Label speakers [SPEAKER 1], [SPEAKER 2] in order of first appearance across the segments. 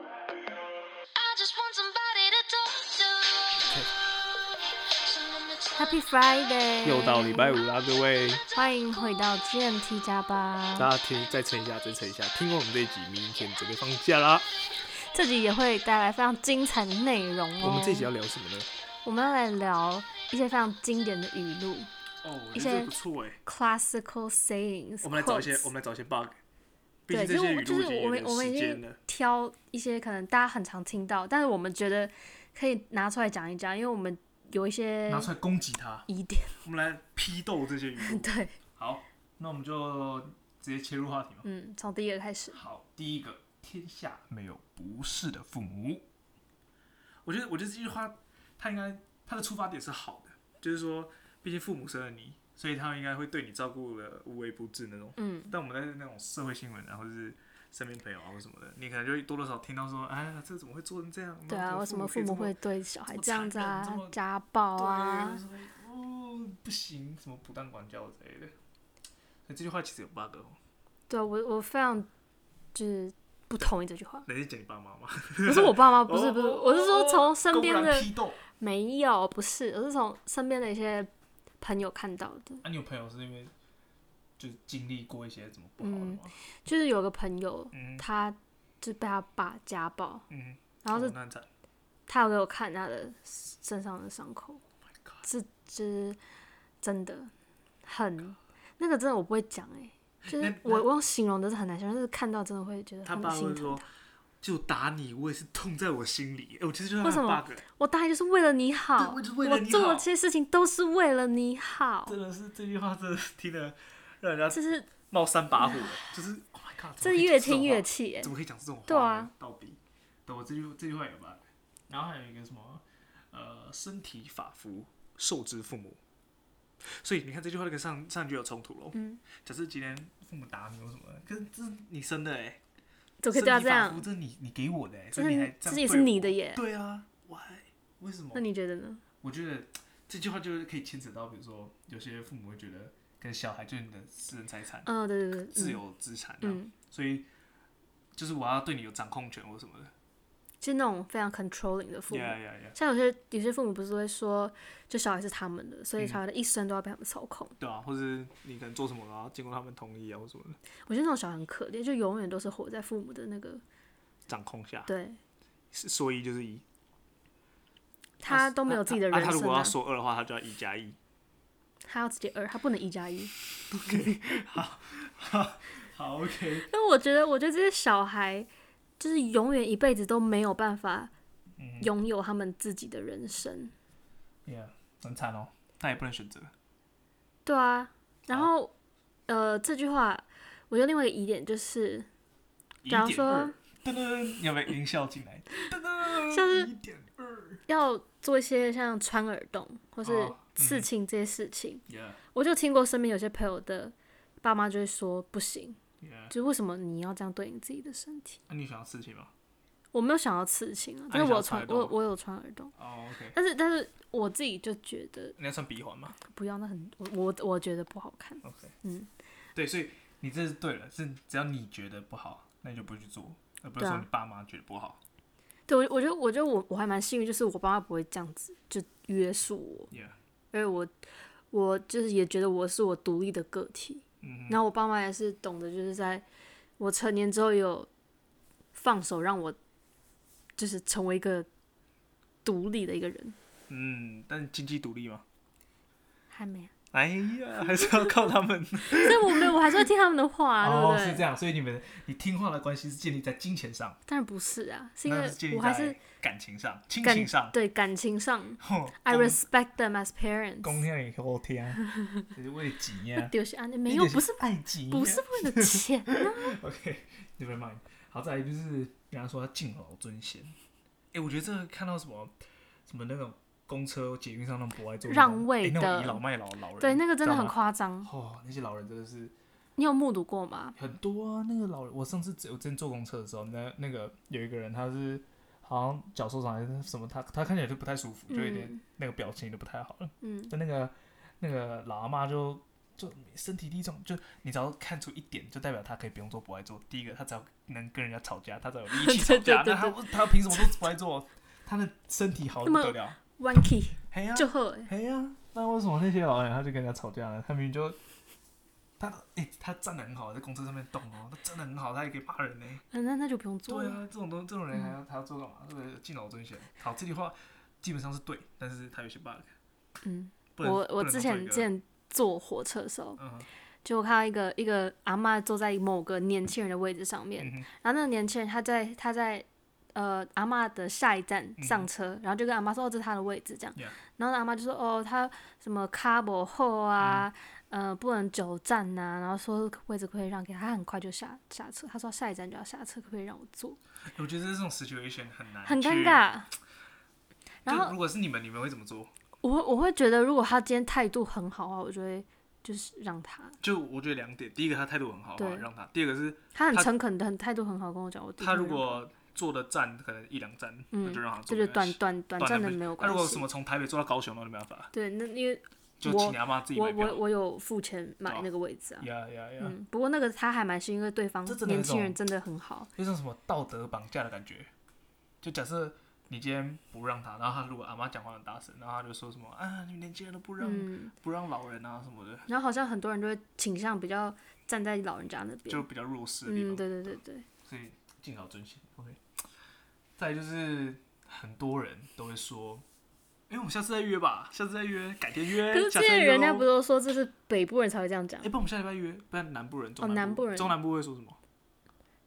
[SPEAKER 1] I just want somebody to talk to. Someone to talk
[SPEAKER 2] Happy Friday！
[SPEAKER 3] 又到礼拜五啦，各位，
[SPEAKER 2] 欢迎回到 GMT 加
[SPEAKER 3] 大
[SPEAKER 2] 吧。
[SPEAKER 3] 家听，再撑一下，再撑一下，听完我们这一集，明天准备放假啦。
[SPEAKER 2] 这集也会带来非常精彩的内容哦。
[SPEAKER 3] 我们这一集要聊什么呢？
[SPEAKER 2] 我们要来聊一些非常经典的语录
[SPEAKER 3] 哦，我
[SPEAKER 2] 一些
[SPEAKER 3] 错哎，
[SPEAKER 2] （classical sayings）。
[SPEAKER 3] 我们来找一些，我们来找一些 bug。毕
[SPEAKER 2] 对，
[SPEAKER 3] 竟
[SPEAKER 2] 就是
[SPEAKER 3] 这
[SPEAKER 2] 我
[SPEAKER 3] 些语
[SPEAKER 2] 就
[SPEAKER 3] 录已
[SPEAKER 2] 是我
[SPEAKER 3] 经有
[SPEAKER 2] 们
[SPEAKER 3] 点
[SPEAKER 2] 我们
[SPEAKER 3] 时
[SPEAKER 2] 已
[SPEAKER 3] 间
[SPEAKER 2] 经
[SPEAKER 3] 了。
[SPEAKER 2] 挑一些可能大家很常听到，但是我们觉得可以拿出来讲一讲，因为我们有一些
[SPEAKER 3] 拿出来攻击他，
[SPEAKER 2] 疑点。
[SPEAKER 3] 我们来批斗这些 语录。
[SPEAKER 2] 对，
[SPEAKER 3] 好，那我们就直接切入话题嘛。
[SPEAKER 2] 嗯，从第一个开始。
[SPEAKER 3] 好，第一个，天下没有不是的父母。我觉得，我觉得这句话，他应该他的出发点是好的，就是说，毕竟父母生了你，所以他们应该会对你照顾的无微不至那种。
[SPEAKER 2] 嗯，
[SPEAKER 3] 但我们在那种社会新闻啊，或者是身边朋友啊，或什么的，你可能就会多多少少听到说，哎，这怎么会做成这样？
[SPEAKER 2] 对啊，为什么父母会对小孩这样子
[SPEAKER 3] 这么残
[SPEAKER 2] 啊
[SPEAKER 3] 忍？
[SPEAKER 2] 家暴
[SPEAKER 3] 对
[SPEAKER 2] 啊？
[SPEAKER 3] 就是说哦，不行，什么不当管教之类的。所以这句话其实有 bug 哦，
[SPEAKER 2] 对啊我我非常就是不同意这句 话。
[SPEAKER 3] 那是讲你爸妈吗？
[SPEAKER 2] 不是我爸妈，不是不是，
[SPEAKER 3] 哦
[SPEAKER 2] 我是说从身边
[SPEAKER 3] 公然
[SPEAKER 2] 的
[SPEAKER 3] 批斗。
[SPEAKER 2] 没有，不是，我是从身边的一些朋友看到的。
[SPEAKER 3] 啊，你有朋友是因为就是经历过一些怎么不好
[SPEAKER 2] 嗯
[SPEAKER 3] 的吗？
[SPEAKER 2] 就是有个朋友，
[SPEAKER 3] 嗯
[SPEAKER 2] 他就被他爸家暴，
[SPEAKER 3] 嗯，
[SPEAKER 2] 然后
[SPEAKER 3] 哦
[SPEAKER 2] 是
[SPEAKER 3] 那很惨
[SPEAKER 2] 他有给我看他的身上的伤口，
[SPEAKER 3] Oh ，My God，
[SPEAKER 2] 是就是真的很那个真的我不会讲哎、就
[SPEAKER 3] Oh 那
[SPEAKER 2] 是
[SPEAKER 3] 那
[SPEAKER 2] 我我用形容都是很难形容，但是看到真的会觉得
[SPEAKER 3] 他
[SPEAKER 2] 很
[SPEAKER 3] 爸
[SPEAKER 2] 心
[SPEAKER 3] 会
[SPEAKER 2] 疼
[SPEAKER 3] 说
[SPEAKER 2] 他。
[SPEAKER 3] 就打你，我也是痛在我心里。哎、我其实就是
[SPEAKER 2] 为什么
[SPEAKER 3] bug，
[SPEAKER 2] 我大概就是为了你好，
[SPEAKER 3] 对我就是为了你
[SPEAKER 2] 做
[SPEAKER 3] 好
[SPEAKER 2] 的这些事情都是为了你好，
[SPEAKER 3] 真的是这句话真的是听得让人家
[SPEAKER 2] 这是
[SPEAKER 3] 冒三把火，就是 Oh my God，
[SPEAKER 2] 这
[SPEAKER 3] 怎么可以
[SPEAKER 2] 越
[SPEAKER 3] 讲种
[SPEAKER 2] 听越
[SPEAKER 3] 话
[SPEAKER 2] 气哎、
[SPEAKER 3] 怎么可以讲这种话呢？
[SPEAKER 2] 对啊
[SPEAKER 3] 到底，对我这句这句话有 bug。然后还有一个什么，呃，身体发肤受之父母。所以你看这句话就跟上上一句有冲突了。
[SPEAKER 2] 嗯，
[SPEAKER 3] 假设今天父母打你或什么的，可是这是你生的哎、欸，
[SPEAKER 2] 怎么可以对啊他这
[SPEAKER 3] 身体发肤
[SPEAKER 2] 样？
[SPEAKER 3] 这是你你给我的哎、欸，
[SPEAKER 2] 这
[SPEAKER 3] 所以你还
[SPEAKER 2] 是这
[SPEAKER 3] 这样
[SPEAKER 2] 也是
[SPEAKER 3] 对我
[SPEAKER 2] 你的。耶。
[SPEAKER 3] 对啊，why？为什么
[SPEAKER 2] 那？你觉得呢？
[SPEAKER 3] 我觉得这句话就是可以牵扯到，比如说有些父母会觉得跟小孩就是你的私人财产、
[SPEAKER 2] 嗯，对对对，
[SPEAKER 3] 自
[SPEAKER 2] 嗯
[SPEAKER 3] 由资产、啊，
[SPEAKER 2] 嗯，
[SPEAKER 3] 所以就是我要对你有掌控权或什么的。
[SPEAKER 2] 就是那种非常 controlling 的父母。
[SPEAKER 3] Yeah, yeah, yeah.
[SPEAKER 2] 像有些有些父母不是会说，就小孩是他们的，所以
[SPEAKER 3] 嗯
[SPEAKER 2] 小孩的一生都要被他们操控。
[SPEAKER 3] 对啊，或者你可能做什么，然后经过他们同意啊，或什么的
[SPEAKER 2] 我觉得那种小孩很可怜，就永远都是活在父母的那个，
[SPEAKER 3] 掌控下，
[SPEAKER 2] 对
[SPEAKER 3] 是说一就是一。
[SPEAKER 2] 他都没有自己的
[SPEAKER 3] 那、
[SPEAKER 2] 人
[SPEAKER 3] 他如
[SPEAKER 2] 生
[SPEAKER 3] 果
[SPEAKER 2] 啊
[SPEAKER 3] 要，说二的话，他就要一加一。
[SPEAKER 2] 他要自己二，他不能一加一。
[SPEAKER 3] 好，OK。
[SPEAKER 2] 但我觉得，我觉得这些小孩就是永远一辈子都没有办法
[SPEAKER 3] 嗯
[SPEAKER 2] 拥有他们自己的人生。
[SPEAKER 3] Yeah，很惨哦，但也不能选择。
[SPEAKER 2] 对啊，然
[SPEAKER 3] 好
[SPEAKER 2] 后呃，这句话我觉得另外一个疑点就是，假如
[SPEAKER 3] 1.2
[SPEAKER 2] 说，
[SPEAKER 3] 噔噔，你要不要音效进来？噔噔，
[SPEAKER 2] 像是
[SPEAKER 3] 一点二。
[SPEAKER 2] 要做一些像穿耳洞或是
[SPEAKER 3] 哦
[SPEAKER 2] 刺青这些事情，
[SPEAKER 3] Yeah,
[SPEAKER 2] 我就听过身边有些朋友的爸妈就会说不行，
[SPEAKER 3] yeah。
[SPEAKER 2] 就是为什么你要这样对你自己的身体？
[SPEAKER 3] 啊那、你想要事情吗？
[SPEAKER 2] 我没有想要刺青啊，但是
[SPEAKER 3] 你想
[SPEAKER 2] 我
[SPEAKER 3] 要
[SPEAKER 2] 有
[SPEAKER 3] 穿
[SPEAKER 2] 穿
[SPEAKER 3] 耳洞
[SPEAKER 2] 我
[SPEAKER 3] 吗
[SPEAKER 2] 我有穿耳洞，
[SPEAKER 3] 哦、o k
[SPEAKER 2] 但是但是我自己就觉得
[SPEAKER 3] 你要穿鼻环吗
[SPEAKER 2] 不要，那很我我我觉得不好看。
[SPEAKER 3] ？OK。
[SPEAKER 2] 嗯，
[SPEAKER 3] 对，所以你这是对了，是只要你觉得不好，那你就不会去做，而不是
[SPEAKER 2] 对啊
[SPEAKER 3] 说你爸妈觉得不好。
[SPEAKER 2] 对我我觉得我觉得我我还蛮幸运，就是我爸妈不会这样子就约束我，
[SPEAKER 3] Yeah，
[SPEAKER 2] 因为我我就是也觉得我是我独立的个体，
[SPEAKER 3] 嗯哼，
[SPEAKER 2] 然后我爸妈也是懂得，就是在我成年之后有放手让我，就是成为一个独立的一个人。
[SPEAKER 3] 嗯，但经济独立吗？
[SPEAKER 2] 还没啊，
[SPEAKER 3] 哎呀，还是要靠他们。
[SPEAKER 2] 所以我没有，我还是会听他们的话、 啊，
[SPEAKER 3] 哦，
[SPEAKER 2] 对
[SPEAKER 3] 是
[SPEAKER 2] 不
[SPEAKER 3] 这
[SPEAKER 2] 对？
[SPEAKER 3] 样，所以你们你听话的关系是建立在金钱上，
[SPEAKER 2] 当然不是啊，是因
[SPEAKER 3] 那
[SPEAKER 2] 为
[SPEAKER 3] 是建立
[SPEAKER 2] 我还是
[SPEAKER 3] 在感情上、亲
[SPEAKER 2] 感
[SPEAKER 3] 情上。
[SPEAKER 2] 对感情上
[SPEAKER 3] 哼
[SPEAKER 2] ，I respect them as parents。？
[SPEAKER 3] 公天以后天，这是为啊几年
[SPEAKER 2] 丢下啊没有，不是
[SPEAKER 3] 爱啊情，
[SPEAKER 2] 不是为了钱啊，
[SPEAKER 3] ，OK，never mind。好，再来就是人家说他敬老尊贤，哎、我觉得这个看到什么什么那种公车、捷运上那种不爱坐
[SPEAKER 2] 让位
[SPEAKER 3] 那种诶那
[SPEAKER 2] 的
[SPEAKER 3] 种倚老卖老老人，
[SPEAKER 2] 对，那个真的很
[SPEAKER 3] 知道吗
[SPEAKER 2] 夸张。
[SPEAKER 3] 哦，那些老人真的是
[SPEAKER 2] 你有目睹过吗？
[SPEAKER 3] 很多啊。那个老人，我上次只我之前坐公车的时候，那那个有一个人，他是好像脚受伤还是什么，他他看起来就不太舒服，就有点、
[SPEAKER 2] 嗯
[SPEAKER 3] 那个表情都不太好了。
[SPEAKER 2] 嗯，
[SPEAKER 3] 但那个那个老阿妈就就身体力壮，就你只要看出一点，就代表她可以不用做不爱做。第一个，她只要能跟人家吵架，她才有力气吵
[SPEAKER 2] 对对
[SPEAKER 3] 架。
[SPEAKER 2] 对
[SPEAKER 3] 那她她凭什么都不爱做？她的身体好得不得了。
[SPEAKER 2] 弯 key
[SPEAKER 3] 嘿呀、
[SPEAKER 2] 就好欸，
[SPEAKER 3] 哎呀，那为什么那些老人他就跟人家吵架呢？他明明就他哎、他站得很好，在公车上面动哦，他站得很好，他也可以骂人呢、
[SPEAKER 2] 嗯那那就不用做
[SPEAKER 3] 对
[SPEAKER 2] 了。
[SPEAKER 3] 啊，这种东这种人还要他要做干嘛？对不对？敬老尊贤。好，这句话基本上是对，但是他有些 bug。
[SPEAKER 2] 嗯，
[SPEAKER 3] 不能
[SPEAKER 2] 我
[SPEAKER 3] 不
[SPEAKER 2] 我
[SPEAKER 3] 能
[SPEAKER 2] 之前之
[SPEAKER 3] 当做一个
[SPEAKER 2] 前坐火车的时候，
[SPEAKER 3] 嗯哼
[SPEAKER 2] 就我看到一个一个阿嬷坐在某个年轻人的位置上面，
[SPEAKER 3] 嗯哼
[SPEAKER 2] 然后那个年轻人他在他在呃阿嬷的下一站上车，然后就跟阿嬷说哦这是他的位置这样
[SPEAKER 3] 嗯 Yeah
[SPEAKER 2] 然后阿嬷就说哦他什么卡不后啊，
[SPEAKER 3] 嗯
[SPEAKER 2] 呃不能久站呐、然后说位置可不可以让给他，他很快就下下车，他说下一站就要下车，可不可以让我坐？
[SPEAKER 3] 我觉得这种 situation 很难，
[SPEAKER 2] 很尴。尬。然
[SPEAKER 3] 啊就
[SPEAKER 2] 后
[SPEAKER 3] 如果是你们，你们会怎么做？
[SPEAKER 2] 我会我会觉得，如果他今天态度很好啊，我就会就是让他，
[SPEAKER 3] 就我觉得两点，第一个他态度很好，
[SPEAKER 2] 对
[SPEAKER 3] 让他；第二个是
[SPEAKER 2] 他很
[SPEAKER 3] 他
[SPEAKER 2] 诚恳的，很态度很好跟我讲，我的确
[SPEAKER 3] 他
[SPEAKER 2] 会
[SPEAKER 3] 如
[SPEAKER 2] 让
[SPEAKER 3] 果坐的站可能一两站，
[SPEAKER 2] 嗯
[SPEAKER 3] 那就让他
[SPEAKER 2] 这
[SPEAKER 3] 坐
[SPEAKER 2] 就
[SPEAKER 3] 没关
[SPEAKER 2] 短
[SPEAKER 3] 系。
[SPEAKER 2] 短短暂的
[SPEAKER 3] 不
[SPEAKER 2] 没有
[SPEAKER 3] 那
[SPEAKER 2] 关
[SPEAKER 3] 啊如果
[SPEAKER 2] 系
[SPEAKER 3] 什。么从台北坐到高雄，那就没办法，
[SPEAKER 2] 对，那因为
[SPEAKER 3] 就
[SPEAKER 2] 我
[SPEAKER 3] 请你阿妈自己
[SPEAKER 2] 我
[SPEAKER 3] 买
[SPEAKER 2] 我
[SPEAKER 3] 票。
[SPEAKER 2] 我有付钱买
[SPEAKER 3] 哦
[SPEAKER 2] 那个位置啊。
[SPEAKER 3] 呀呀呀！
[SPEAKER 2] 嗯，不过那个他还蛮是因为对方
[SPEAKER 3] 这真的
[SPEAKER 2] 年
[SPEAKER 3] 有
[SPEAKER 2] 轻人真
[SPEAKER 3] 种
[SPEAKER 2] 的很好，
[SPEAKER 3] 有种什么道德绑架的感觉。就假设你今天不让他，然后他如果阿妈讲话很大声，然后他就说什么啊，你们年轻人都不让、
[SPEAKER 2] 嗯，
[SPEAKER 3] 不让老人啊什么的，
[SPEAKER 2] 然后好像很多人都会倾向比较站在老人家那
[SPEAKER 3] 就
[SPEAKER 2] 边，
[SPEAKER 3] 比较弱势的地方。
[SPEAKER 2] 嗯，对对对对，
[SPEAKER 3] 所以敬老尊贤。OK。再来就是很多人都会说，哎、我们下次再约吧，下次再约，改天约。
[SPEAKER 2] 可是
[SPEAKER 3] 下
[SPEAKER 2] 这
[SPEAKER 3] 次
[SPEAKER 2] 些
[SPEAKER 3] 再约
[SPEAKER 2] 人家
[SPEAKER 3] 咯
[SPEAKER 2] 不都说这是北部人才会这样讲
[SPEAKER 3] 哎、，不然我们下礼拜约，不然南部人、中
[SPEAKER 2] 哦南部人
[SPEAKER 3] 中南部会说什么？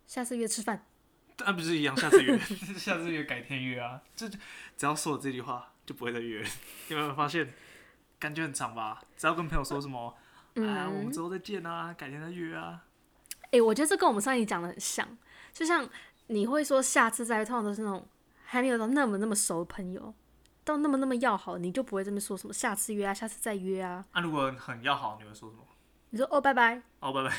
[SPEAKER 2] 下次约吃饭，
[SPEAKER 3] 那不是一样，下次约，下次约，改天约啊！这就只要说了这句话，就不会再约了。你有没有发现？感觉很长吧？只要跟朋友说什么，哎呀，我们
[SPEAKER 2] 嗯，
[SPEAKER 3] 之后再见啊，改天再约啊。
[SPEAKER 2] 哎，我觉得这跟我们上一集讲的很像，就像你会说下次再约，通常都是那种还没有到那么那么熟的朋友，到那么那么要好，你就不会这么说什么下次约啊，下次再约啊，
[SPEAKER 3] 啊，如果很要好，你会说什么？
[SPEAKER 2] 你说哦拜拜，
[SPEAKER 3] 哦，拜拜。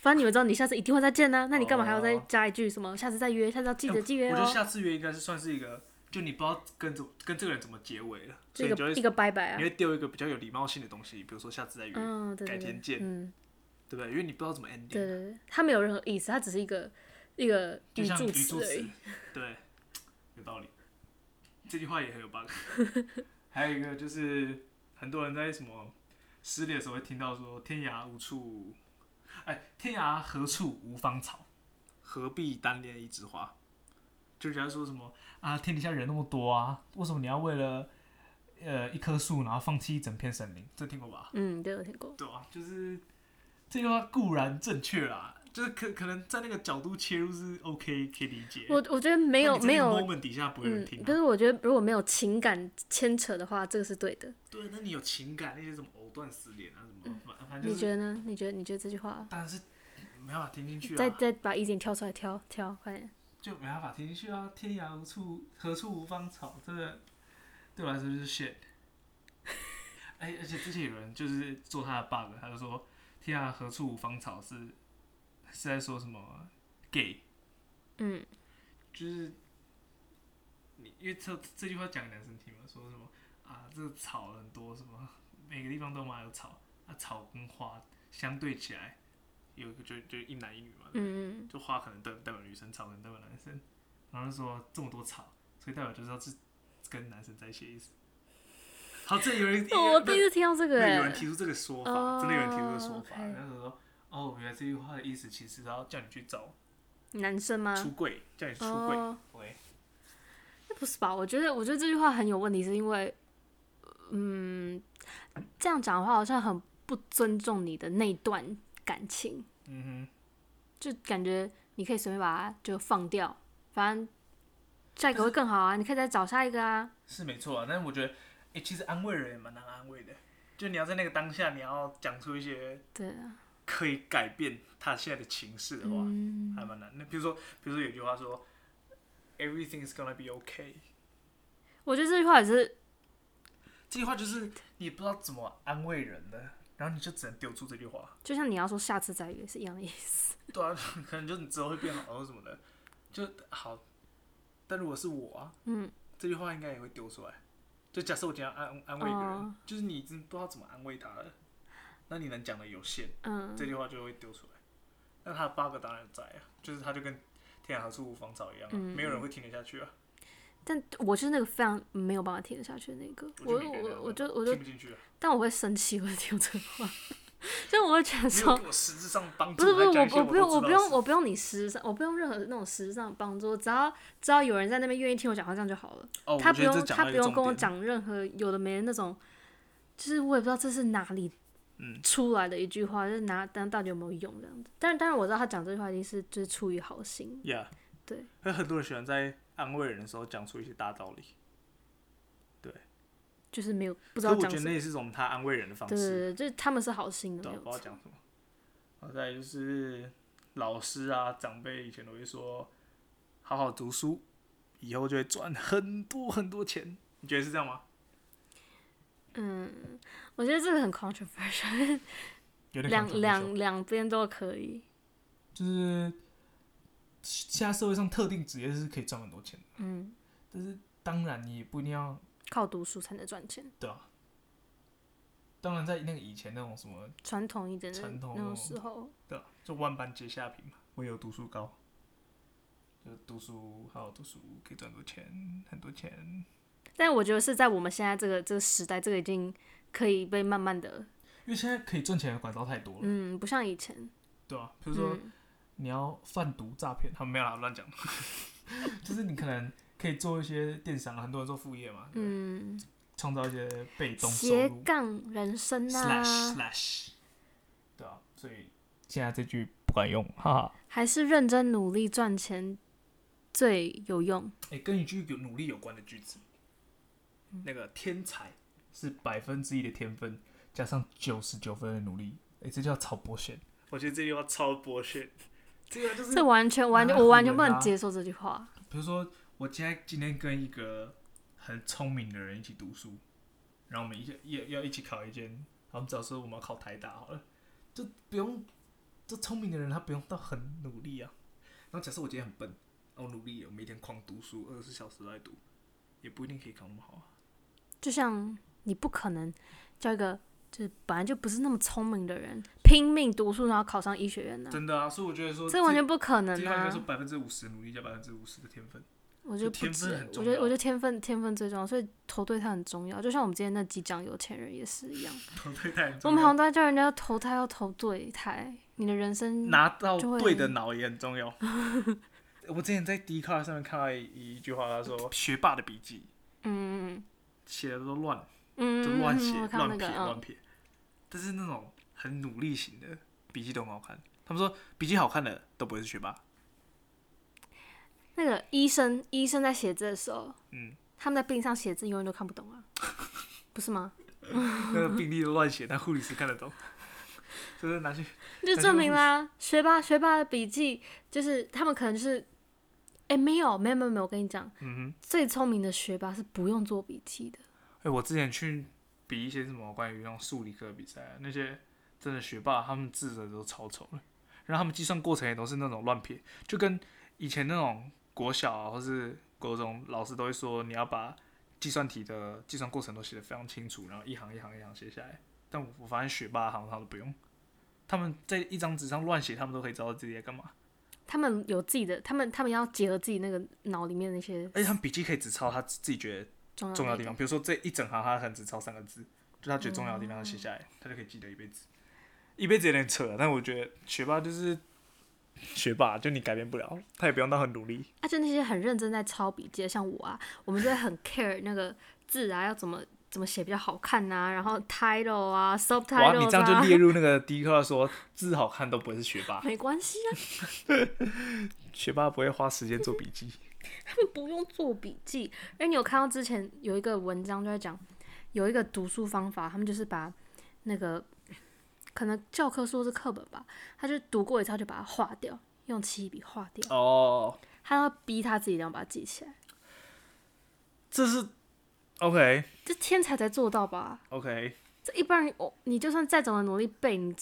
[SPEAKER 2] 反正你们知道你下次一定会再见呢、啊那你干嘛还要再
[SPEAKER 3] 哦
[SPEAKER 2] 加一句什么？下次再约，下次要记
[SPEAKER 3] 哎
[SPEAKER 2] 得记约
[SPEAKER 3] 我
[SPEAKER 2] 哦
[SPEAKER 3] 觉得，下次约应该是算是一个，就你不知道跟怎么跟这个人怎么结尾了，
[SPEAKER 2] 这
[SPEAKER 3] 所以你就
[SPEAKER 2] 个
[SPEAKER 3] 会
[SPEAKER 2] 一个拜拜啊
[SPEAKER 3] 你。会丢一个比较有礼貌性的东西，比如说下次再约，
[SPEAKER 2] 嗯，对对
[SPEAKER 3] 改
[SPEAKER 2] 对
[SPEAKER 3] 天，见
[SPEAKER 2] 嗯，
[SPEAKER 3] 对不对？因为你不知道怎么 ending，
[SPEAKER 2] 对对对，它没有任何意思，它只是一个一个
[SPEAKER 3] 就
[SPEAKER 2] 语
[SPEAKER 3] 像
[SPEAKER 2] 助
[SPEAKER 3] 语助
[SPEAKER 2] 词而
[SPEAKER 3] 词
[SPEAKER 2] 已。，
[SPEAKER 3] 对，有道理。这句话也很有 bug。还有一个就是，很多人在什么失恋的时候会听到说“天涯无处，哎，天涯何处无芳草，何必单恋一枝花”。就人家说什么啊，天底下人那么多啊，为什么你要为了呃一棵树，然后放弃一整片森林？这听过吧？
[SPEAKER 2] 嗯，对，我听过。
[SPEAKER 3] 对啊，就是这句话固然正确啦，就是可可能在那个角度切入是 OK 可以理解。
[SPEAKER 2] 我我觉得没有
[SPEAKER 3] 但你在
[SPEAKER 2] 没
[SPEAKER 3] 那个
[SPEAKER 2] 有，
[SPEAKER 3] moment 底下不会有人
[SPEAKER 2] 嗯
[SPEAKER 3] 听、，
[SPEAKER 2] 可
[SPEAKER 3] 啊。
[SPEAKER 2] 是我觉得如果没有情感牵扯的话，这个是对的。
[SPEAKER 3] 对，那你有情感那些什么藕断丝连啊什么，反反正
[SPEAKER 2] 嗯你
[SPEAKER 3] 就是
[SPEAKER 2] 觉得呢？你觉得你觉得这句话，哦
[SPEAKER 3] 当然是没办法听进去
[SPEAKER 2] 再
[SPEAKER 3] 啊，
[SPEAKER 2] 再把意见挑出来挑挑，快点。
[SPEAKER 3] 就没办法听进去啊。天涯无处何处无芳草，真的对我来说就是 shit。哎，而且之前有人就是做他的 bug，他就说“天涯何处无芳草是”是在说什么 gay。
[SPEAKER 2] 嗯，
[SPEAKER 3] 就是你因为这这句话讲给男生听嘛，说什么啊，这个草很多，什么每个地方都嘛有草，啊，草跟花相对起来，有一个就就一男一女嘛，对不对
[SPEAKER 2] 嗯嗯
[SPEAKER 3] 就花可能代代表女生，草可能代表男生，然后就说这么多草，所以代表就是要是跟男生在一起的意思。好，这有人，
[SPEAKER 2] 哦我第一
[SPEAKER 3] 对
[SPEAKER 2] 次听到这个
[SPEAKER 3] 对，有
[SPEAKER 2] 哎
[SPEAKER 3] 人，提出这个说
[SPEAKER 2] 哦
[SPEAKER 3] 法，真的有人提出这个说法，
[SPEAKER 2] OK
[SPEAKER 3] 然后说哦，原来这句话的意思其实是要叫你去找
[SPEAKER 2] 男生吗？
[SPEAKER 3] 出柜，叫你出柜，
[SPEAKER 2] 嗯哦，
[SPEAKER 3] 喂。
[SPEAKER 2] 不是吧？我觉得，我觉得这句话很有问题，是因为，嗯，这样讲的话好像很不尊重你的那段感情，
[SPEAKER 3] 嗯
[SPEAKER 2] 就感觉你可以随便把它就放掉，反正下一个会更好啊，你可以再找下一个啊
[SPEAKER 3] 哼，。是没错啊，但是我觉得，哎、其实安慰人也蛮难安慰的，就你要在那个当下，你要讲出一些
[SPEAKER 2] 对啊，
[SPEAKER 3] 可以改变他现在的情势的话，
[SPEAKER 2] 嗯，
[SPEAKER 3] 还蛮难。那比如说，比如说有句话说，everything is gonna be okay，
[SPEAKER 2] 我觉得这句话也是
[SPEAKER 3] 这句话就是你不知道怎么安慰人的，然后你就只能丢出这句话。
[SPEAKER 2] 就像你要说下次再约是一样的意思。
[SPEAKER 3] 对啊， 可能就你之后会变好或什么的，就好。但如果是我啊，
[SPEAKER 2] 嗯，
[SPEAKER 3] 这句话应该也会丢出来。就假设我今天要安安慰一个人，
[SPEAKER 2] 哦
[SPEAKER 3] 就是你已经不知道怎么安慰他了，那你能讲的有限，
[SPEAKER 2] 嗯，
[SPEAKER 3] 这句话就会丢出来。那他的 bug 当然在啊，就是他就跟天涯何处无芳草一样、啊，
[SPEAKER 2] 嗯
[SPEAKER 3] 没有人会听得下去啊，
[SPEAKER 2] 但我就是那个非常没有办法听得下去的那个，我
[SPEAKER 3] 我就没听得下去啊
[SPEAKER 2] 我我就我就
[SPEAKER 3] 听，不进 去啊。
[SPEAKER 2] 但我会生气，我会听这话， 就我会觉得
[SPEAKER 3] 没有
[SPEAKER 2] 说
[SPEAKER 3] 给，我实质上帮
[SPEAKER 2] 不
[SPEAKER 3] 助，
[SPEAKER 2] 是不是，我
[SPEAKER 3] 还讲一些
[SPEAKER 2] 我不用
[SPEAKER 3] 我
[SPEAKER 2] 我
[SPEAKER 3] 都
[SPEAKER 2] 不
[SPEAKER 3] 知道
[SPEAKER 2] 用我不用你实质上，我不用任何那种实质上的帮助，只要只要有人在那边愿意听我讲话，这样就好了。
[SPEAKER 3] 哦，
[SPEAKER 2] 他
[SPEAKER 3] 我
[SPEAKER 2] 不
[SPEAKER 3] 觉得
[SPEAKER 2] 用
[SPEAKER 3] 这讲
[SPEAKER 2] 他
[SPEAKER 3] 到
[SPEAKER 2] 不
[SPEAKER 3] 一个
[SPEAKER 2] 用跟我
[SPEAKER 3] 重点，
[SPEAKER 2] 讲任何有的没的那种，就是我也不知道这是哪里
[SPEAKER 3] 嗯
[SPEAKER 2] 出来的一句话，就是拿但到底有没有用这样子。但当然我知道他讲这句话一定是就是出于好心，
[SPEAKER 3] ，Yeah，
[SPEAKER 2] 对，
[SPEAKER 3] 有很多人喜欢在安慰人的时候讲出一些大道理，
[SPEAKER 2] 就是没有不知道
[SPEAKER 3] 可我
[SPEAKER 2] 讲
[SPEAKER 3] 觉
[SPEAKER 2] 什么
[SPEAKER 3] 得那。也是一种他安慰人的方
[SPEAKER 2] 对对
[SPEAKER 3] 式，
[SPEAKER 2] 对，就是他们是好心的，
[SPEAKER 3] 对
[SPEAKER 2] 没
[SPEAKER 3] 啊，
[SPEAKER 2] 有
[SPEAKER 3] 不知道
[SPEAKER 2] 错
[SPEAKER 3] 讲什么。然后再来就是老师啊，长辈以前都会说，好好读书，以后就会赚很多很多钱。你觉得是这样吗？
[SPEAKER 2] 嗯，我觉得这个很 controversial，
[SPEAKER 3] 有
[SPEAKER 2] 两两两边都可以。
[SPEAKER 3] 就是现在社会上特定职业是可以赚很多钱的，
[SPEAKER 2] 嗯，
[SPEAKER 3] 但是当然你也不一定要
[SPEAKER 2] 靠读书才能赚钱，
[SPEAKER 3] 对啊。当然，在那个以前那种什么
[SPEAKER 2] 传统一点的
[SPEAKER 3] 传统
[SPEAKER 2] 那种
[SPEAKER 3] 哦
[SPEAKER 2] 时候，
[SPEAKER 3] 对啊，就万般皆下品嘛，唯有读书高。就读书，好好读书，可以赚很多钱，很多钱。
[SPEAKER 2] 但我觉得是在我们现在这个这个时代，这个已经可以被慢慢的，
[SPEAKER 3] 因为现在可以赚钱的管道太多了，
[SPEAKER 2] 嗯，不像以前，
[SPEAKER 3] 对啊，比如说
[SPEAKER 2] 嗯
[SPEAKER 3] 你要贩毒诈骗，他们没有啦，乱讲， 就是你可能可以做一些电商，很多人做副业嘛，对不对
[SPEAKER 2] 嗯，
[SPEAKER 3] 创造一些被动收
[SPEAKER 2] 斜
[SPEAKER 3] 入
[SPEAKER 2] 杠人生
[SPEAKER 3] ，slash
[SPEAKER 2] 啊，
[SPEAKER 3] slash，对啊，所以现在这句不管用，哈哈。
[SPEAKER 2] 还是认真努力赚钱最有用。
[SPEAKER 3] 哎、跟一句有努力有关的句子，那个天才是百分之一的天分加上九十九分的努力，哎、这叫超剥削。我觉得这句话超剥削，这个就是
[SPEAKER 2] 这完全完全我
[SPEAKER 3] 哪
[SPEAKER 2] 完
[SPEAKER 3] 有
[SPEAKER 2] 全不
[SPEAKER 3] 人
[SPEAKER 2] 能
[SPEAKER 3] 啊
[SPEAKER 2] 接受这句话，
[SPEAKER 3] 比如说，我今天今天跟一个很聪明的人一起读书，然后我们一起要要一起考一间，好，我们只要说我们要考台大好了，就不用，就聪明的人他不用到很努力啊。然后假设我今天很笨，我努力，我每天狂读书，二十四小时都在读，也不一定可以考那么好啊。
[SPEAKER 2] 就像你不可能叫一个就是本来就不是那么聪明的人拼命读书，然后考上医学院呢、
[SPEAKER 3] 真的啊，所以我觉得说
[SPEAKER 2] 这完全不可能
[SPEAKER 3] 这句话应该说
[SPEAKER 2] 啊！
[SPEAKER 3] 百分之五十努力加百分之五十的天分。
[SPEAKER 2] 我觉得不
[SPEAKER 3] 天分
[SPEAKER 2] 止
[SPEAKER 3] 很，
[SPEAKER 2] 我
[SPEAKER 3] 重
[SPEAKER 2] 觉得我
[SPEAKER 3] 要
[SPEAKER 2] 觉
[SPEAKER 3] 啊
[SPEAKER 2] 得天分天分最重要，所以投对他很重要。就像我们之前那几讲有钱人也是一样，
[SPEAKER 3] 对待很重
[SPEAKER 2] 我们
[SPEAKER 3] 要
[SPEAKER 2] 好像都在叫人家投胎要投对胎，你的人生
[SPEAKER 3] 拿到
[SPEAKER 2] 就会
[SPEAKER 3] 对的脑也很重 要。我之前在 d 卡上面看到一一句话，他说：“ 学霸的笔记
[SPEAKER 2] 嗯
[SPEAKER 3] 写的都乱，
[SPEAKER 2] 嗯嗯
[SPEAKER 3] 就
[SPEAKER 2] 嗯，
[SPEAKER 3] 乱写、
[SPEAKER 2] 嗯我看到那
[SPEAKER 3] 乱
[SPEAKER 2] 个
[SPEAKER 3] 撇、乱
[SPEAKER 2] 嗯
[SPEAKER 3] 撇。”但是那种很努力型的笔记都很好看。他们说笔记好看的都不会是学霸。
[SPEAKER 2] 那个医生医生在写字的时候，
[SPEAKER 3] 嗯，
[SPEAKER 2] 他们在病上写字永远都看不懂 啊，不是吗？
[SPEAKER 3] 那个病历都乱写，但护理师看得懂，就是拿去
[SPEAKER 2] 就证明啦、学霸学霸的笔记就是他们可能就是，哎、没有没有没有没有，我跟你讲，
[SPEAKER 3] 嗯
[SPEAKER 2] 最聪明的学霸是不用做笔记的。
[SPEAKER 3] 哼。哎、我之前去比一些什么关于那种数理科的比赛啊，那些真的学霸，他们字的都超丑的，然后他们计算过程也都是那种乱撇，就跟以前那种国小、啊、或是国中老师都会说，你要把计算题的计算过程都写得非常清楚，然后一行一行一行写下来。但我我发现学霸好像他都不用，他们在一张纸上乱写，他们都可以知道自己在干嘛，
[SPEAKER 2] 他们有自己的，他们他们要结合自己那个脑里面的那些
[SPEAKER 3] 而且他们笔记可以只抄他自己觉得
[SPEAKER 2] 重要
[SPEAKER 3] 重要
[SPEAKER 2] 的
[SPEAKER 3] 地方，比如说这一整行他可能只抄三个字，就他觉得重要的地方他写下来，他就可以记得一辈子。一辈子有点扯，啊但我觉得学霸就是学霸，就你改变不了，他也不用到很努力。
[SPEAKER 2] 啊，就那些很认真在抄笔记的，像我啊， 我们就会很 care 那个字啊，要怎么怎么写比较好看呐、然后 title 啊，subtitle
[SPEAKER 3] 哇，
[SPEAKER 2] 啊，
[SPEAKER 3] 你这样就列入那个第一课说字好看都不会是学霸，
[SPEAKER 2] 没关系啊，
[SPEAKER 3] 学霸不会花时间做笔记。
[SPEAKER 2] 他们不用做笔记。哎，你有看到之前有一个文章就在讲，有一个读书方法，他们就是把那个可能教科书或是课本吧，他就读过一次他就把它划掉，用铅笔划掉，
[SPEAKER 3] 哦，
[SPEAKER 2] 他要逼他自己一定要把它记起来。
[SPEAKER 3] 这是 OK
[SPEAKER 2] 这天才才做到吧？
[SPEAKER 3] OK，
[SPEAKER 2] 这一般人，哦，你就算再怎么努力背，你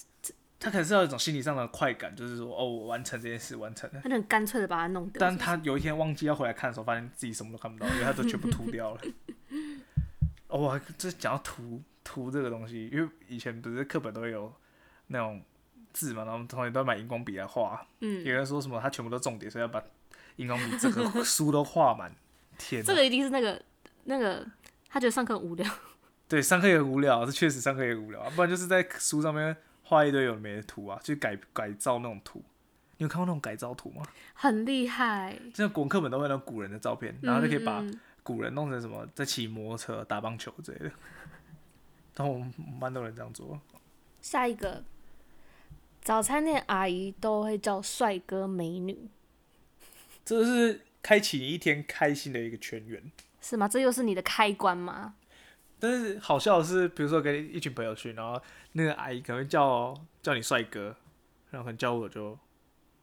[SPEAKER 3] 他可能是要有一种心理上的快感，就是说哦，我完成这件事，完成了。
[SPEAKER 2] 他就很干脆的把它弄掉。
[SPEAKER 3] 但他有一天忘记要回来看的时候，发现自己什么都看不到，因为他都全部涂 掉了。哦，我还这讲到涂涂这个东西，因为以前不是课本都会有那种字嘛，然后同学都要买荧光笔来画。
[SPEAKER 2] 嗯
[SPEAKER 3] 有人说什么他全部都重点，所以要把荧光笔整个书都画 满。天哪，
[SPEAKER 2] 这个一定是那个那个，他觉得上课很无聊，
[SPEAKER 3] 对上课也很无聊，啊这确实上课也很无聊、啊，不然就是在书上面画一堆有的没的图啊，去改改造那种图。你有看过那种改造图吗？
[SPEAKER 2] 很厉害。
[SPEAKER 3] 就像国文课本都会有那种古人的照片，然后就可以把
[SPEAKER 2] 嗯嗯
[SPEAKER 3] 古人弄成什么在骑摩托车、打棒球之类的。然后我们班都有人这样做，
[SPEAKER 2] 下一个，早餐店阿姨都会叫帅哥美女，
[SPEAKER 3] 这是开启一天开心的一个圈圆。
[SPEAKER 2] 是吗？这又是你的开关吗？
[SPEAKER 3] 但是好笑的是，比如说跟一群朋友去，然后那个阿姨可能会叫叫你帅哥，然后可能叫我就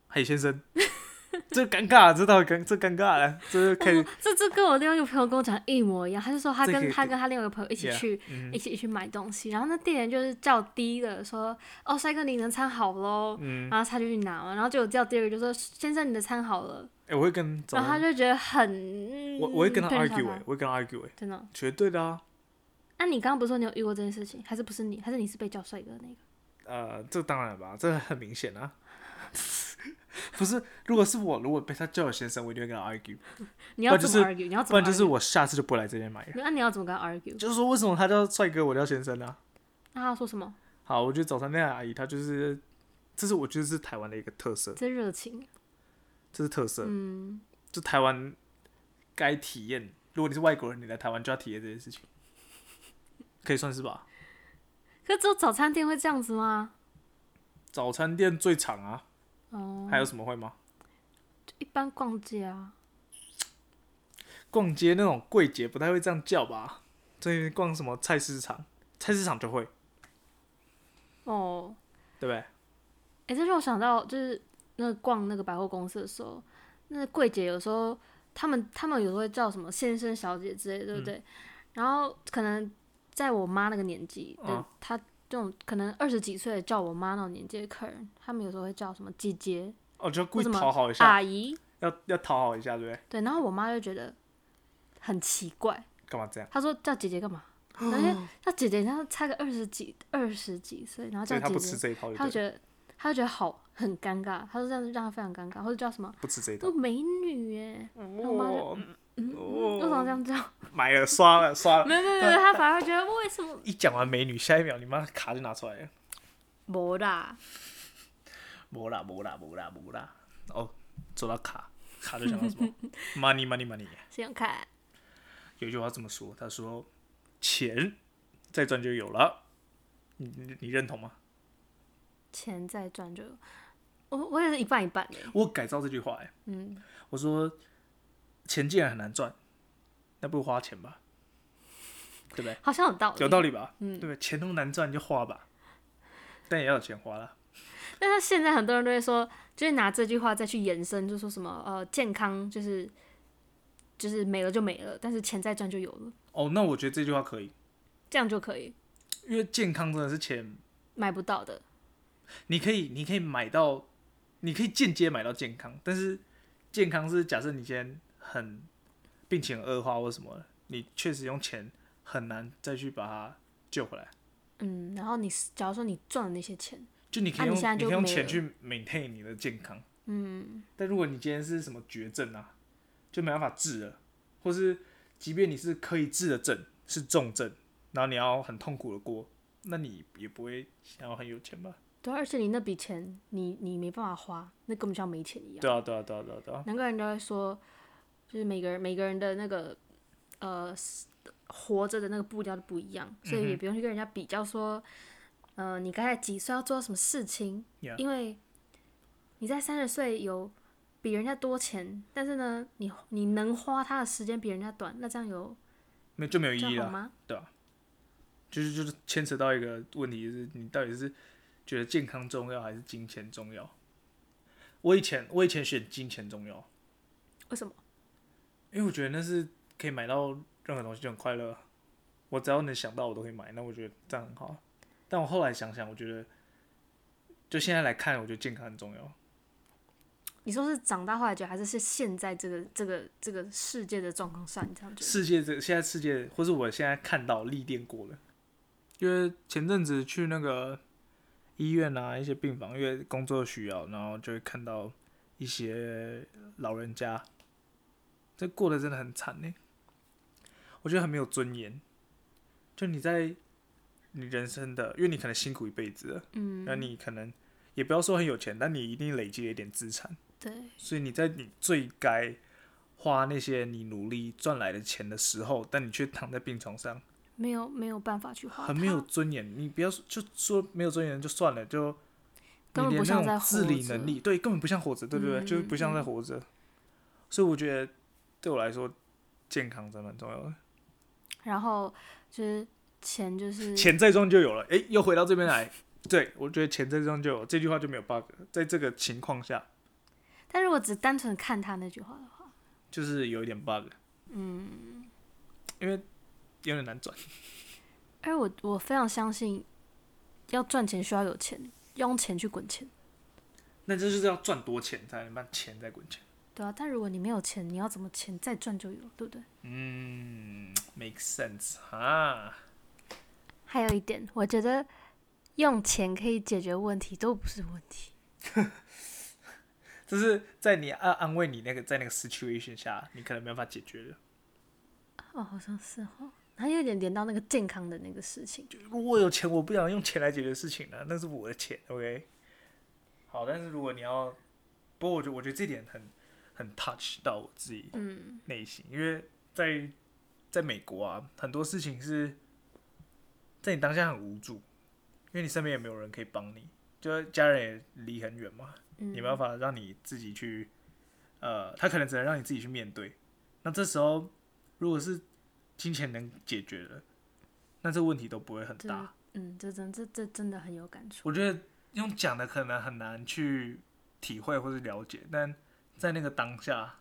[SPEAKER 3] 嘿先生， 这尴尬，这到底尴这尴尬了，这是可以
[SPEAKER 2] 这这跟我另外一个朋友跟我讲一模一样，他就说他
[SPEAKER 3] 这可
[SPEAKER 2] 跟
[SPEAKER 3] 以
[SPEAKER 2] 他跟他另外一个朋友一起
[SPEAKER 3] Yeah，
[SPEAKER 2] 去
[SPEAKER 3] 嗯
[SPEAKER 2] 一起去买东西，然后那店员就是叫第一个说哦帅哥你的餐好喽，
[SPEAKER 3] 嗯，
[SPEAKER 2] 然后他就去拿嘛，然后结果叫第二个就说先生你的餐好了，
[SPEAKER 3] 哎、我会跟早
[SPEAKER 2] 然后他
[SPEAKER 3] 上
[SPEAKER 2] 就觉得很嗯
[SPEAKER 3] 我我会跟他
[SPEAKER 2] 对不上
[SPEAKER 3] argue，、欸、我会跟他 argue，、欸、
[SPEAKER 2] 真的哦。
[SPEAKER 3] 绝对的啊。
[SPEAKER 2] 那、你刚刚不是说你有遇过这件事情，还是不是你，还是你是被叫帅哥的那个？
[SPEAKER 3] 呃，这当然吧，这很明显啊。 不是，如果是我，如果被他叫我先生，我一定会跟他 argue，
[SPEAKER 2] 你要
[SPEAKER 3] 不然就
[SPEAKER 2] 怎
[SPEAKER 3] 是
[SPEAKER 2] 么 argue？你要怎
[SPEAKER 3] 不
[SPEAKER 2] 么
[SPEAKER 3] 然就是
[SPEAKER 2] argue？
[SPEAKER 3] 我下次就不会来这边买了。
[SPEAKER 2] 那、你要怎么跟他 argue？
[SPEAKER 3] 就是说，为什么他叫帅哥，我叫先生呢、啊？
[SPEAKER 2] 那他说什么？
[SPEAKER 3] 好，我觉得早餐店的阿姨她就是，这是我觉得是台湾的一个特色，
[SPEAKER 2] 真热情。
[SPEAKER 3] 这是特色，
[SPEAKER 2] 嗯，
[SPEAKER 3] 就台湾该体验。如果你是外国人，你来台湾就要体验这件事情， 可以算是吧。
[SPEAKER 2] 可是只有早餐店会这样子吗？
[SPEAKER 3] 早餐店最长啊，
[SPEAKER 2] 哦，
[SPEAKER 3] 还有什么会吗？
[SPEAKER 2] 就一般逛街啊，
[SPEAKER 3] 逛街那种柜姐不太会这样叫吧？最逛什么菜市场，菜市场就会，
[SPEAKER 2] 哦，
[SPEAKER 3] 对不对？
[SPEAKER 2] 哎、这让我想到，就是那个逛那个百货公司的时候，那个柜姐有时候他们他们有时候会叫什么先生、小姐之类，对不对？然后可能在我妈那个年纪的
[SPEAKER 3] 嗯，
[SPEAKER 2] 她这种可能二十几岁的叫我妈那种年纪的客人，他们有时候会叫什么姐姐
[SPEAKER 3] 哦，就故
[SPEAKER 2] 或
[SPEAKER 3] 意
[SPEAKER 2] 什么
[SPEAKER 3] 讨好一下，
[SPEAKER 2] 阿姨，
[SPEAKER 3] 要要讨好一下，对不对？
[SPEAKER 2] 对。然后我妈就觉得很奇怪，
[SPEAKER 3] 干嘛这样？
[SPEAKER 2] 她说叫姐姐干嘛？
[SPEAKER 3] 嗯
[SPEAKER 2] 然后因为她姐姐，她才个二十几二十几岁，然后
[SPEAKER 3] 所
[SPEAKER 2] 叫
[SPEAKER 3] 以他不
[SPEAKER 2] 姐
[SPEAKER 3] 吃
[SPEAKER 2] 姐，
[SPEAKER 3] 这一套就
[SPEAKER 2] 她
[SPEAKER 3] 对
[SPEAKER 2] 就
[SPEAKER 3] 了，
[SPEAKER 2] 觉得她就觉得好很尴尬，她说这样子让她非常尴尬，或者叫什么？
[SPEAKER 3] 不吃这一套
[SPEAKER 2] 都。美女耶，后我妈就嗯
[SPEAKER 3] 哦，
[SPEAKER 2] 为什么这样叫？
[SPEAKER 3] 买了，刷了，刷了。
[SPEAKER 2] 没有没有没有，她反而觉得为什么
[SPEAKER 3] 一讲完美女，下一秒你妈卡就拿出来了。
[SPEAKER 2] 没啦？
[SPEAKER 3] 没啦，没啦，没啦，没啦。哦，走到卡，卡就想到 什么？money money money。
[SPEAKER 2] 信用卡
[SPEAKER 3] 有一句话这么说，他说：“钱再赚就有了。你”你你认同吗？
[SPEAKER 2] 钱再赚就，我我也是一半一半的。
[SPEAKER 3] 我改造这句话、欸，
[SPEAKER 2] 嗯，
[SPEAKER 3] 我说钱既然很难赚，那不如花钱吧，对不对？
[SPEAKER 2] 好像有道理。
[SPEAKER 3] 有道理
[SPEAKER 2] 哦
[SPEAKER 3] 吧？
[SPEAKER 2] 嗯
[SPEAKER 3] 对不对？钱那么难赚，你就花吧，但也要有钱花啦。
[SPEAKER 2] 但是现在很多人都会说，就是拿这句话再去延伸，就说什么呃健康就是就是没了就没了，但是钱再赚就有了，
[SPEAKER 3] 哦，那我觉得这句话可以，
[SPEAKER 2] 这样就可以
[SPEAKER 3] 因为健康真的是钱，
[SPEAKER 2] 买不到的。
[SPEAKER 3] 你可以你可以买到，你可以间接买到健康，但是健康是假设你今天很病情很恶化或什么，你确实用钱很难再去把它救回来。
[SPEAKER 2] 嗯，然后你假如说你赚了那些钱，
[SPEAKER 3] 就你可以
[SPEAKER 2] 啊
[SPEAKER 3] 用、
[SPEAKER 2] 你现在
[SPEAKER 3] 你可以
[SPEAKER 2] 就
[SPEAKER 3] 用
[SPEAKER 2] 没
[SPEAKER 3] 钱
[SPEAKER 2] 了
[SPEAKER 3] 去 maintain 你的健康。
[SPEAKER 2] 嗯，
[SPEAKER 3] 但如果你今天是什么绝症啊，就没办法治了，或是即便你是可以治的症，是重症，然后你要很痛苦的过，那你也不会想要很有钱吧？
[SPEAKER 2] 对啊，而且你那笔钱你你没办法花，那根本就像没钱一样。
[SPEAKER 3] 对啊，对啊，对啊，对啊，对啊，
[SPEAKER 2] 难怪人家会说，就是每个人每个人的那个呃是活着的那个步调都不一
[SPEAKER 3] 嗯
[SPEAKER 2] 样，所以也不用去跟人家比较说，呃，你该在几岁要做到什么事情
[SPEAKER 3] Yeah
[SPEAKER 2] 因为你在三十岁有比人家多钱，但是呢，你你能花他的时间比人家短，那这样有
[SPEAKER 3] 没就没有
[SPEAKER 2] 这
[SPEAKER 3] 意义
[SPEAKER 2] 样好
[SPEAKER 3] 了，
[SPEAKER 2] 吗？
[SPEAKER 3] 对啊，就是就是牵扯到一个问题，就是你到底是觉得健康重要还是金钱重要？我以前我以前选金钱重要，
[SPEAKER 2] 为什么？
[SPEAKER 3] 因为我觉得那是可以买到任何东西就很快乐啊。我只要能想到我都会买，那我觉得这样很好。啊但我后来想想，我觉得就现在来看，我觉得健康很重要。
[SPEAKER 2] 你说是长大后来觉得，还是是现在这个这个这个世界的状况下，你这样觉得？
[SPEAKER 3] 世界这现在世界，或是我现在看到历练过了，因为前阵子去那个医院啊，一些病房，因为工作需要，然后就会看到一些老人家，这过得真的很惨呢、我觉得很没有尊严。就你在你人生的，因为你可能辛苦一辈子了，
[SPEAKER 2] 嗯，
[SPEAKER 3] 那你可能也不要说很有钱，但你一定累积了一点资产。
[SPEAKER 2] 对，
[SPEAKER 3] 所以你在你最该花那些你努力赚来的钱的时候，但你却躺在病床上，
[SPEAKER 2] 没有没有办法去花它，
[SPEAKER 3] 很没有尊严。你不要说就说没有尊严就算了，就你
[SPEAKER 2] 根本
[SPEAKER 3] 连
[SPEAKER 2] 不
[SPEAKER 3] 那
[SPEAKER 2] 像在
[SPEAKER 3] 种自
[SPEAKER 2] 活
[SPEAKER 3] 理
[SPEAKER 2] 着嗯
[SPEAKER 3] 能力，对，根本不像活着，对对对，就是不像在活着。所以我觉得对我来说，健康真的很重要的。
[SPEAKER 2] 嗯然后就是钱就是
[SPEAKER 3] 钱最终就有了，诶，又回到这边来。对，我觉得钱最终就有，这句话就没有 bug。在这个情况下，
[SPEAKER 2] 但如果只单纯看他那句话的话，
[SPEAKER 3] 就是有一点 bug。嗯，因为有点难转。
[SPEAKER 2] 而哎我我非常相信，要赚钱需要有钱，要用钱去滚钱，
[SPEAKER 3] 那这就是要赚多钱才能把钱再滚钱。
[SPEAKER 2] 对啊。但如果你没有钱，你要怎么钱再赚就有，对不对？
[SPEAKER 3] 嗯，make sense 哈。
[SPEAKER 2] 还有一点，我觉得用钱可以解决问题，都不是问题。
[SPEAKER 3] 这是在你安安慰你那个在那个 situation 下，你可能没办法解决的。
[SPEAKER 2] 哦，好像是哦，还有一点连到那个健康的那个事情，
[SPEAKER 3] 如果有钱，我不想用钱来解决事情呢、那是我的钱，OK。好，但是如果你要，不过我觉得我觉得这点很很 touch 到我自己
[SPEAKER 2] 嗯，
[SPEAKER 3] 内心，因为在在美国啊，很多事情是在你当下很无助，因为你身边也没有人可以帮你，就是家人也离很远嘛，
[SPEAKER 2] 嗯
[SPEAKER 3] 你没办法让你自己去，呃，他可能只能让你自己去面对。那这时候，如果是金钱能解决的，那这问题都不会很
[SPEAKER 2] 这
[SPEAKER 3] 大。
[SPEAKER 2] 嗯，这真这这真的很有感触。
[SPEAKER 3] 我觉得用讲的可能很难去体会或是了解，但在那个当下，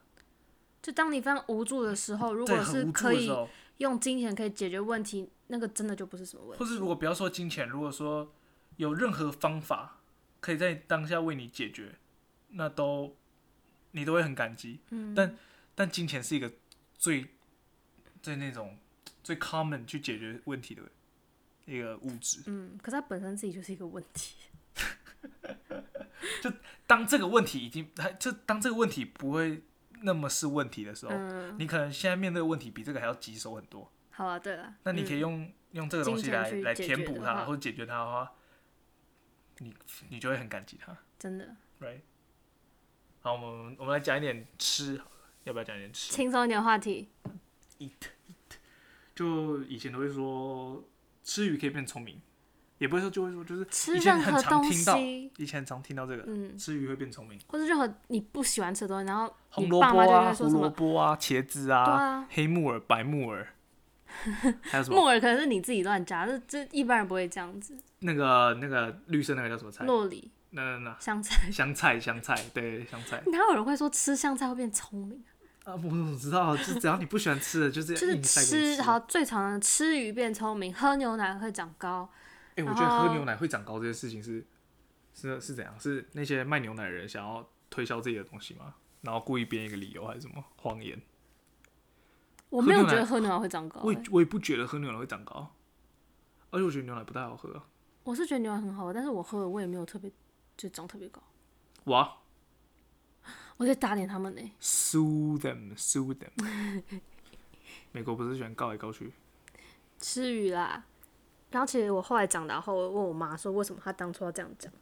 [SPEAKER 2] 就当你非常无助的时候，如
[SPEAKER 3] 嗯对
[SPEAKER 2] 果
[SPEAKER 3] 很
[SPEAKER 2] 是
[SPEAKER 3] 无助
[SPEAKER 2] 可
[SPEAKER 3] 的时
[SPEAKER 2] 以
[SPEAKER 3] 候，
[SPEAKER 2] 用金钱可以解决问题，那个真的就不是什么问
[SPEAKER 3] 或
[SPEAKER 2] 题。
[SPEAKER 3] 是如果不要说金钱，如果说有任何方法可以在当下为你解决，那都你都会很感激。
[SPEAKER 2] 嗯，
[SPEAKER 3] 但金钱是一个最最那种最 common 去解决问题的一个物质。
[SPEAKER 2] 嗯，可是它本身自己就是一个问题。
[SPEAKER 3] 当这个问题已经，它就当这个问题不会那么是问题的时候，
[SPEAKER 2] 嗯，
[SPEAKER 3] 你可能现在面对的问题比这个还要棘手很多。
[SPEAKER 2] 好啊，对了，
[SPEAKER 3] 那你可以
[SPEAKER 2] 嗯
[SPEAKER 3] 用、用这个东西
[SPEAKER 2] 金钱
[SPEAKER 3] 来
[SPEAKER 2] 去
[SPEAKER 3] 来
[SPEAKER 2] 解
[SPEAKER 3] 填
[SPEAKER 2] 决
[SPEAKER 3] 补
[SPEAKER 2] 的
[SPEAKER 3] 它
[SPEAKER 2] 话
[SPEAKER 3] 或者解决它的话，你你就会很感激它
[SPEAKER 2] 真的
[SPEAKER 3] ，right？好，我们我们来讲一点吃好了，要不要讲一点吃？
[SPEAKER 2] 轻松一点的话题。
[SPEAKER 3] eat eat，就以前都会说吃鱼可以变聪明，也不是说就会说就是
[SPEAKER 2] 吃
[SPEAKER 3] 以前
[SPEAKER 2] 任
[SPEAKER 3] 很
[SPEAKER 2] 何
[SPEAKER 3] 常
[SPEAKER 2] 东
[SPEAKER 3] 听到，
[SPEAKER 2] 西
[SPEAKER 3] 以前很常听到这个、
[SPEAKER 2] 嗯，
[SPEAKER 3] 吃鱼会变聪明，
[SPEAKER 2] 或是任何你不喜欢吃的东西，然后
[SPEAKER 3] 红
[SPEAKER 2] 你
[SPEAKER 3] 萝
[SPEAKER 2] 爸
[SPEAKER 3] 卜
[SPEAKER 2] 妈就
[SPEAKER 3] 啊、
[SPEAKER 2] 会
[SPEAKER 3] 胡
[SPEAKER 2] 说什
[SPEAKER 3] 萝
[SPEAKER 2] 么
[SPEAKER 3] 卜啊、茄子啊、
[SPEAKER 2] 对啊
[SPEAKER 3] 黑木耳、白 木耳，还有什
[SPEAKER 2] 木
[SPEAKER 3] 么
[SPEAKER 2] 耳可能是你自己乱加，这这一般人不会这样子。
[SPEAKER 3] 那个那个绿色那个叫什么菜？
[SPEAKER 2] 洛里
[SPEAKER 3] 那那那
[SPEAKER 2] 香菜，
[SPEAKER 3] 香菜香菜，对香菜
[SPEAKER 2] 哪有人会说吃香菜会变聪明？
[SPEAKER 3] 啊，我怎知道？就只要你不喜欢吃的，就这样
[SPEAKER 2] 就是
[SPEAKER 3] 硬塞给你
[SPEAKER 2] 吃，好，最常的吃鱼变聪明，喝牛奶会长高。
[SPEAKER 3] 哎、我
[SPEAKER 2] 然
[SPEAKER 3] 觉得喝
[SPEAKER 2] 后
[SPEAKER 3] 牛奶会长高这件事情是是是怎样？是那些卖牛奶的人想要推销自己的东西吗？然后故意编一个理由还是什么谎言？
[SPEAKER 2] 我
[SPEAKER 3] 喝
[SPEAKER 2] 没有
[SPEAKER 3] 牛
[SPEAKER 2] 觉
[SPEAKER 3] 奶
[SPEAKER 2] 得喝牛奶会长高、
[SPEAKER 3] 我也
[SPEAKER 2] 欸
[SPEAKER 3] 我也不觉得喝牛奶会长高，而且我觉得牛奶不太好喝。
[SPEAKER 2] 我是觉得牛奶很好喝，但是我喝了我也没有特别就长特别高。
[SPEAKER 3] 哇
[SPEAKER 2] 我在打脸他们呢、
[SPEAKER 3] ，sue them sue them。美国不是喜欢告来告去？
[SPEAKER 2] 吃鱼啦。然后其实我后来长大后问我妈说，为什么她当初要这样讲？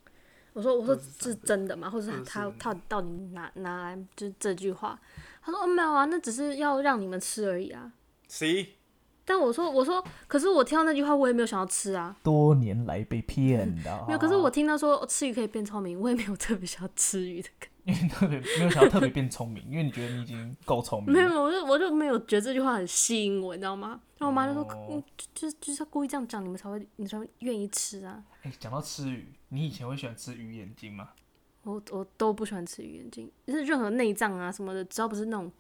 [SPEAKER 2] 我说我说是真的吗？或者
[SPEAKER 3] 或
[SPEAKER 2] 是
[SPEAKER 3] 者
[SPEAKER 2] 她
[SPEAKER 3] 是
[SPEAKER 2] 她到底拿拿来就是这句话？她说哦没有啊，那只是要让你们吃而已啊。
[SPEAKER 3] 谁？
[SPEAKER 2] 但我说我说，可是我听到那句话，我也没有想要吃啊。
[SPEAKER 4] 多年来被骗的、啊。
[SPEAKER 2] 没有，可是我听到说、哦吃鱼可以变聪明，我也没有特别想要吃鱼的感觉。
[SPEAKER 4] 因为特别没有想要特别变聪明，因为你觉得你已经够聪明
[SPEAKER 2] 没有，没
[SPEAKER 4] 了。
[SPEAKER 2] 有我就我就没有觉得这句话很吸引我，你知道吗？然后我妈就说，
[SPEAKER 3] 哦
[SPEAKER 2] 嗯，就就是就是要故意这样讲，你们才会你才会愿意吃啊。
[SPEAKER 4] 哎、讲到吃鱼，你以前会喜欢吃鱼眼睛吗？
[SPEAKER 2] 我我都不喜欢吃鱼眼睛，就是任何内脏啊什么的，只要不是那种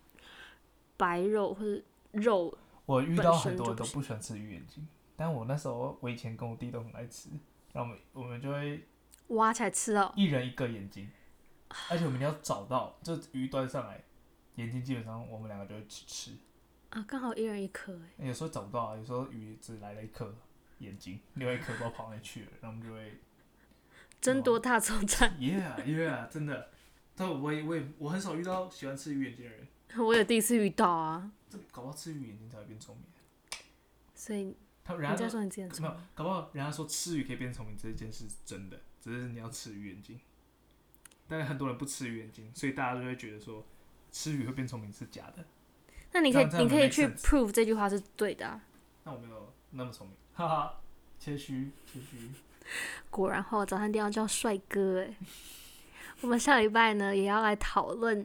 [SPEAKER 2] 白肉或者肉
[SPEAKER 3] 我遇到
[SPEAKER 2] 本身
[SPEAKER 3] 很多
[SPEAKER 2] 就
[SPEAKER 3] 人
[SPEAKER 2] 不
[SPEAKER 3] 都
[SPEAKER 2] 行
[SPEAKER 3] 不喜欢吃鱼眼睛，但我那时候我以前跟我弟都很爱吃，然后我们我们就会
[SPEAKER 2] 挖起来吃哦。
[SPEAKER 3] 一人一个眼睛，而且我们一定要找到，就鱼端上来，眼睛基本上我们两个就会吃吃，
[SPEAKER 2] 啊，刚好一人一颗哎，
[SPEAKER 3] 有时候找不到啊，有时候鱼只来了一颗眼睛，另外一颗不知道跑哪里去了，然后我们就会
[SPEAKER 2] 争夺大作战。
[SPEAKER 3] yeah yeah 真的，但我也我也我很少遇到喜欢吃鱼眼睛的人，
[SPEAKER 2] 我也第一次遇到啊，
[SPEAKER 3] 这搞不好吃鱼眼睛才会变聪明，
[SPEAKER 2] 所以
[SPEAKER 3] 他人
[SPEAKER 2] 人
[SPEAKER 3] 家
[SPEAKER 2] 家
[SPEAKER 3] 都
[SPEAKER 2] 说你之前
[SPEAKER 3] 没有，搞不好人家说吃鱼可以变聪明这件事是真的，只是你要吃鱼眼睛。但是很多人不吃鱼眼睛，所以大家就会觉得说吃鱼会变聪明是假的。
[SPEAKER 2] 那你可以
[SPEAKER 3] 这样这样
[SPEAKER 2] 你可以
[SPEAKER 3] make
[SPEAKER 2] 去
[SPEAKER 3] sense
[SPEAKER 2] prove 这句话是对的、啊。
[SPEAKER 3] 那我没有那么聪明，哈哈，谦虚谦虚。
[SPEAKER 2] 果然后早餐店要叫帅哥哎。我们下礼拜呢也要来讨论，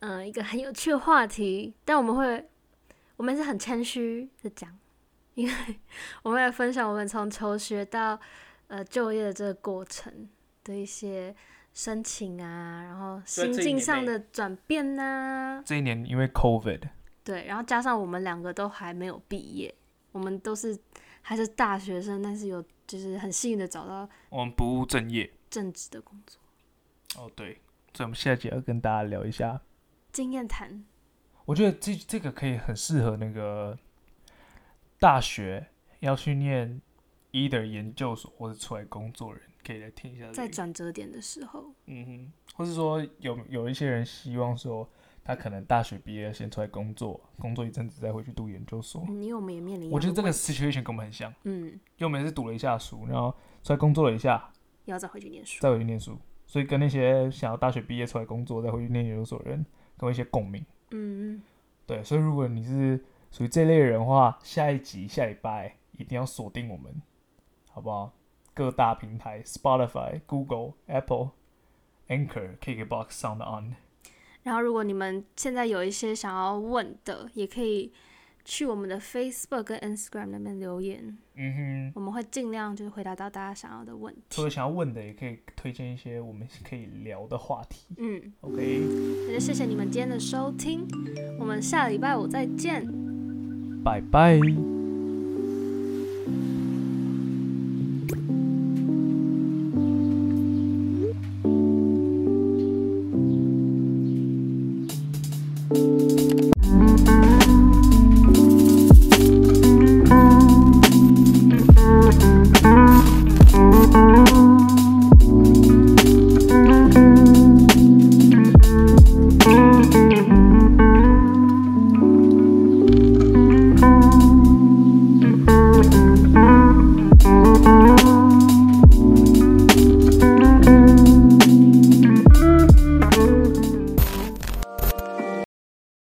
[SPEAKER 2] 嗯、一个很有趣的话题，但我们会，我们是很谦虚的讲，因为 我们来分享我们从求学到呃就业的这个过程的一些申请啊，然后
[SPEAKER 3] 所以
[SPEAKER 2] 心
[SPEAKER 3] 这一
[SPEAKER 2] 境
[SPEAKER 3] 年
[SPEAKER 2] 上
[SPEAKER 3] 内
[SPEAKER 2] 的转变呐、
[SPEAKER 3] 这一年因为 COVID，
[SPEAKER 2] 对，然后加上我们两个都还没有毕业，我们都是还是大学生，但是有就是很幸运的找到
[SPEAKER 3] 我们不务正业。
[SPEAKER 2] 正职的工作，
[SPEAKER 3] 哦对，所以我们下集要跟大家聊一下。
[SPEAKER 2] 经验谈。
[SPEAKER 3] 我觉得这这个可以很适合那个大学要去念 either 研究所或者出来工作的人，可以来听一下、这个。
[SPEAKER 2] 在转折点的时候，
[SPEAKER 3] 嗯哼，或是说有有一些人希望说，他可能大学毕业先出来工作，工作一阵子再回去读研究所。
[SPEAKER 2] 嗯，因为我们也面临一
[SPEAKER 3] 我觉
[SPEAKER 2] 样
[SPEAKER 3] 得这
[SPEAKER 2] 的
[SPEAKER 3] 个 situation 跟我们很像，
[SPEAKER 2] 问题，嗯，
[SPEAKER 3] 因为我们也是读了一下书，然后出来工作了一下，
[SPEAKER 2] 要再回去念书。
[SPEAKER 3] 再回去念书，所以跟那些想要大学毕业出来工作再回去念研究所的人，跟我一些共鸣。
[SPEAKER 2] 嗯，
[SPEAKER 3] 对，所以如果你是属于这类人的话，下一集下礼拜一定要锁定我们，好不好？各大平台，Spotify、Google、Apple、Anchor、KKBox、Sound On。
[SPEAKER 2] 然后如果你们现在有一些想要问的，也可以去我们的 Facebook 跟 Instagram 那边留言，
[SPEAKER 3] 嗯哼。
[SPEAKER 2] 我们会尽量就是回答到大家想要的问
[SPEAKER 3] 除
[SPEAKER 2] 题。
[SPEAKER 3] 了想要问的，也可以推荐一些我们可以聊的话题。
[SPEAKER 2] 嗯，
[SPEAKER 3] OK，
[SPEAKER 2] 那就谢谢你们今天的收听，我们下礼拜五再见。
[SPEAKER 3] 拜拜。